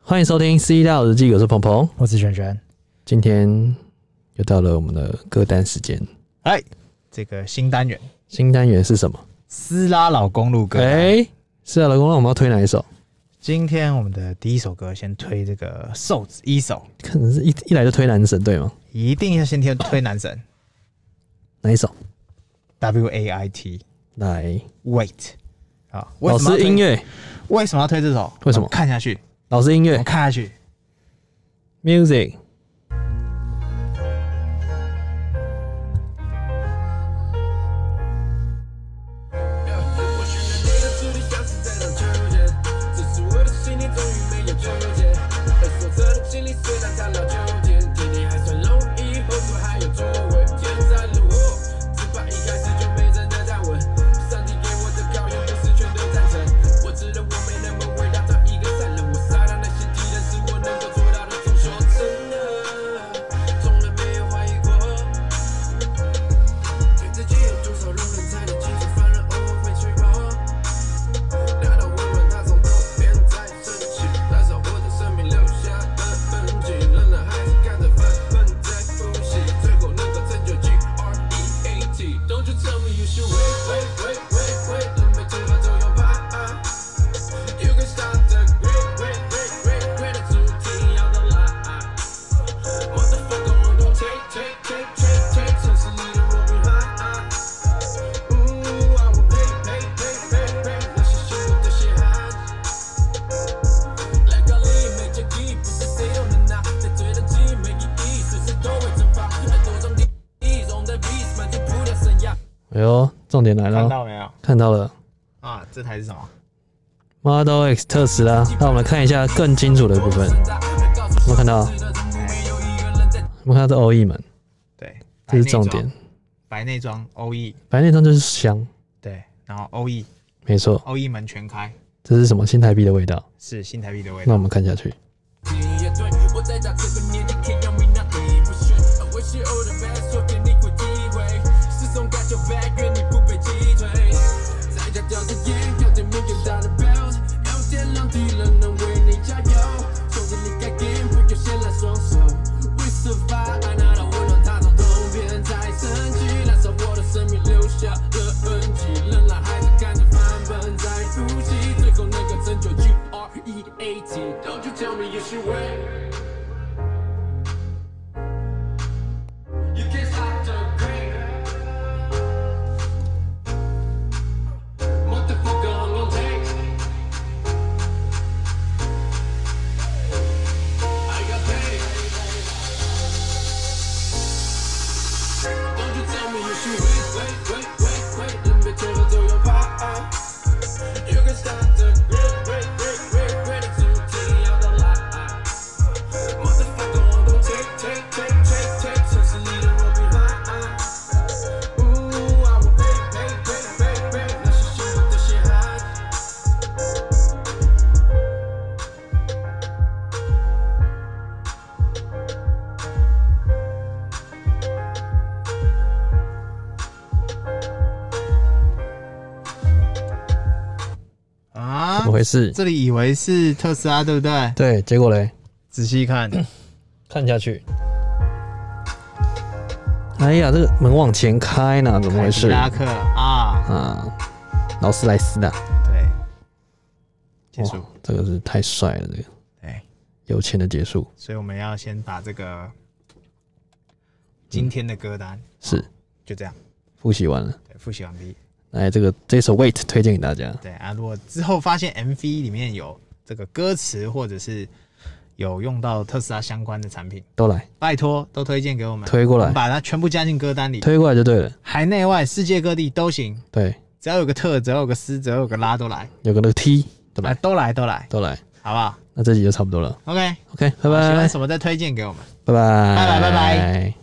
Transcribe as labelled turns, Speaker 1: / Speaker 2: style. Speaker 1: 欢迎收听《C 大日记》，我是鹏鹏。
Speaker 2: 我是璇璇。
Speaker 1: 今天又到了我们的歌单时间，
Speaker 2: 哎，这个新单元
Speaker 1: 新单元是什么？
Speaker 2: 斯拉老公路歌。哎，
Speaker 1: 哎、是啊，老公，那我们要推哪一首？
Speaker 2: 今天我们的第一首歌先推这个瘦子一首，
Speaker 1: 可能是一一来就推男神对吗？
Speaker 2: 一定要先推推男神
Speaker 1: 哪一首？
Speaker 2: W A I T
Speaker 1: 来，
Speaker 2: Wait 啊。为
Speaker 1: 老
Speaker 2: 什么要
Speaker 1: 师
Speaker 2: 推
Speaker 1: 音乐，
Speaker 2: 为什么要推这首？
Speaker 1: 为什么
Speaker 2: 我们看下去，
Speaker 1: 老师音
Speaker 2: 我
Speaker 1: 乐
Speaker 2: 们看下去。
Speaker 1: ，music。
Speaker 3: 我许愿你的智力像是在荡秋千，只是我的心里终于没有纠结。而挫折的经历虽然它老纠结，今天还算容易，后座还有座位。天在路我，只怕一开始就没真的站稳。上帝给我的考验不是全都赞成，我知道我没那么伟大，当一个善人。我杀掉那些敌人是我能够做到的，总说真的，从来没有怀疑过。对自己有多少容忍，才能接受犯人偶尔会脆弱？那道温暖，它从头变在升起，燃烧我的生命留下的痕迹。仍然还是看着愤愤在呼吸，最后能够拯救 G R E A T。Don't you tell me you should wait, wait, wait, wait, wait，人被惩罚都要怕。You can stop the great, great, great, great, great 的注定要到来。Motherfucker, I'm gon' take, take, take, take, take till she leave the room behind. Ooh, I will pay, pay, pay, pay, pay. Now she shoot with the shit high. Like I leave, make your key, put the seal on the knot. They say the G, make it easy, so she don't wait to pop. I told them these on the beats, 满地铺的生涯。
Speaker 1: 哎呦，重点来了
Speaker 2: 看
Speaker 1: 哦，
Speaker 2: 到没有？
Speaker 1: 看到了
Speaker 2: 啊，这台是什么？
Speaker 1: Model X 特斯拉。那我们看一下更清楚的部分，有没有看到？有没有看到这欧 E 门？
Speaker 2: 对，
Speaker 1: 这是重点。
Speaker 2: 白内装。白内装 O E
Speaker 1: 白内装就是香，
Speaker 2: 对，然后 O E
Speaker 1: 没错，
Speaker 2: O E 门全开，
Speaker 1: 这是什么新台币的味道？
Speaker 2: 是新台币的味
Speaker 1: 那
Speaker 2: 道
Speaker 1: 我。们看下去，
Speaker 3: 你也对，我在打这个年纪可以让你拿第一不是我是 old man，说给你个机会，始终感觉 back，愿你不被击退。在家叼着烟，有点 million dollar bills，有点让敌人能为你加油。从这里改变，不就先来双手？We survive，爱那道温暖，它从冬天再升起，燃烧我的生命留下的痕迹，仍然还是看着翻本在呼吸，最后那个拯救 G R E A T。Don't you tell me you should wait。You can't stop the great. Motherfucker, I'm gonna take. I got paid. Don't you tell me you should wait, wait, wait, wait, wait. 人被折磨都要怕。You can stop the great, great, great, great, great. 注定要到来。Motherfucker, I'm gon' take, take, take, take, take till she leave the room behind. Ooh, I will pay, pay, pay, pay, pay. Now she shoot with the shit high.
Speaker 2: 啊
Speaker 1: 怎么，回事？
Speaker 2: 啊这里以为是特斯拉，对不对？
Speaker 1: 嗯对，结果嘞，
Speaker 2: 仔细看，
Speaker 1: 看下去。哎呀，这个门往前开呢，怎么回
Speaker 2: 凯迪
Speaker 1: 事？
Speaker 2: 拉克啊，
Speaker 1: 啊，劳斯莱斯的，
Speaker 2: 对，结束
Speaker 1: 哇。，这个是太帅了，这个
Speaker 2: 对，
Speaker 1: 有钱的结束
Speaker 2: 所以我们要先把这个今天的歌单、
Speaker 1: 是
Speaker 2: 就这样
Speaker 1: 复习完了。
Speaker 2: 对复习完毕。
Speaker 1: 哎，这个这首 Wait 推荐给大家，
Speaker 2: 对啊，如果之后发现 MV 里面有这个歌词或者是有用到特斯拉相关的产品，
Speaker 1: 都来
Speaker 2: 拜托都推荐给我们，
Speaker 1: 推过
Speaker 2: 我
Speaker 1: 来
Speaker 2: 们把它全部加进歌单里，
Speaker 1: 推过来就对了。
Speaker 2: 海内外世界各地都行，
Speaker 1: 对，
Speaker 2: 只要有个特，只要有个斯，只要有个拉都来，
Speaker 1: 有个那个 T 都
Speaker 2: 啊
Speaker 1: 来
Speaker 2: 都来都来，
Speaker 1: 都来。
Speaker 2: 好不好
Speaker 1: 那这集就差不多了
Speaker 2: ？OK，
Speaker 1: ，OK，拜
Speaker 2: 喜欢
Speaker 1: 拜
Speaker 2: 什么再推荐给我们。
Speaker 1: 拜拜
Speaker 2: 拜拜拜
Speaker 1: 拜。